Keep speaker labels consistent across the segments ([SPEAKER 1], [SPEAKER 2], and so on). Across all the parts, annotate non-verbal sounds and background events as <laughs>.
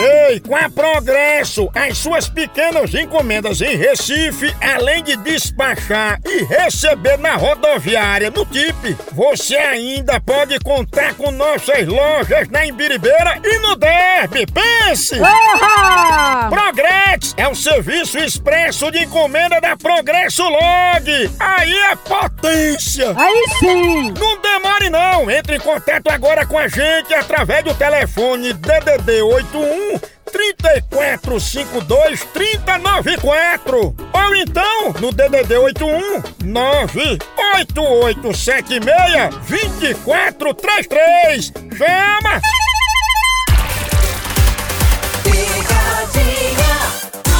[SPEAKER 1] Ei, com a Progresso, as suas pequenas encomendas em Recife, além de despachar e receber na rodoviária no TIP, você ainda pode contar com nossas lojas na Imbiribeira e no Derby. Pense!
[SPEAKER 2] Porra!
[SPEAKER 1] Progresso é o serviço expresso de encomenda da Progresso Log. Aí é potência!
[SPEAKER 2] Aí sim!
[SPEAKER 1] Não demore não, entre em contato agora com a gente através do telefone DDD 81 3452 3094 ou então no DDD 81 98876 2433 chama!
[SPEAKER 3] Picadinha do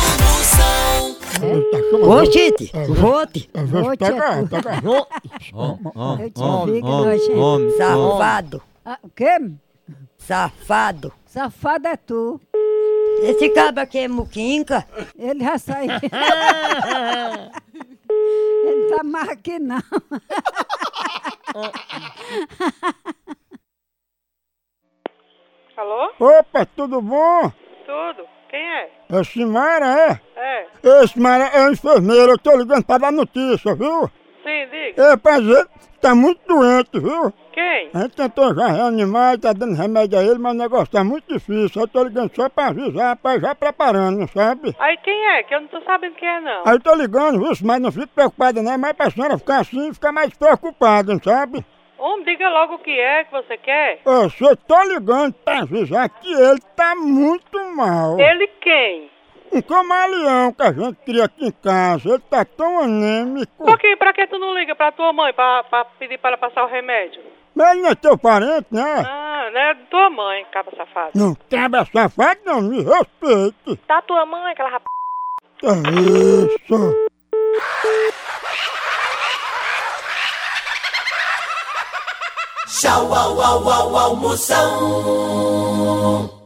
[SPEAKER 3] Moção.
[SPEAKER 2] Ô, Tite, vote!
[SPEAKER 1] Às vezes
[SPEAKER 2] Vote
[SPEAKER 1] pega-
[SPEAKER 2] a cu-
[SPEAKER 1] pega junto.
[SPEAKER 2] Eu te vi que nós...
[SPEAKER 4] Safado,
[SPEAKER 2] Ah, o quê?
[SPEAKER 4] safado.
[SPEAKER 2] Safado é tu.
[SPEAKER 4] Esse cabo aqui é muquinca?
[SPEAKER 2] Ele já
[SPEAKER 4] <laughs>
[SPEAKER 2] saiu. Ele tá mais aqui não.
[SPEAKER 5] Alô?
[SPEAKER 1] Opa, tudo bom?
[SPEAKER 5] Tudo? Quem é?
[SPEAKER 1] É Simara, é?
[SPEAKER 5] É.
[SPEAKER 1] Ei, Simara, é a enfermeira, eu tô ligando pra dar notícia, viu?
[SPEAKER 5] Sim, diga.
[SPEAKER 1] É, pra dizer, tá muito doente, viu?
[SPEAKER 5] Quem?
[SPEAKER 1] A gente tentou já reanimar, tá dando remédio a ele, mas o negócio tá muito difícil. Eu tô ligando só pra avisar, pra já preparando, sabe?
[SPEAKER 5] Aí quem é? Que eu não tô sabendo quem é, não.
[SPEAKER 1] Aí eu tô ligando, viu? Mas não fique preocupada, né? Mas pra senhora ficar assim, fica mais preocupada, sabe?
[SPEAKER 5] Homem, diga logo o que é que você quer.
[SPEAKER 1] Eu só tô ligando pra avisar que ele tá muito mal.
[SPEAKER 5] Ele quem?
[SPEAKER 1] Um camaleão que a gente cria aqui em casa, ele tá tão anêmico.
[SPEAKER 5] Por que? Um Pra que tu não liga pra tua mãe pra, pra pedir pra ela passar o remédio?
[SPEAKER 1] Mas ele não é teu parente, né?
[SPEAKER 5] Ah, né? Tua mãe, capa safado.
[SPEAKER 1] Não cabra safado, não, me respeite.
[SPEAKER 5] Tá tua mãe, aquela rap...
[SPEAKER 1] É isso.
[SPEAKER 3] Tchau, au, au, au, almoção.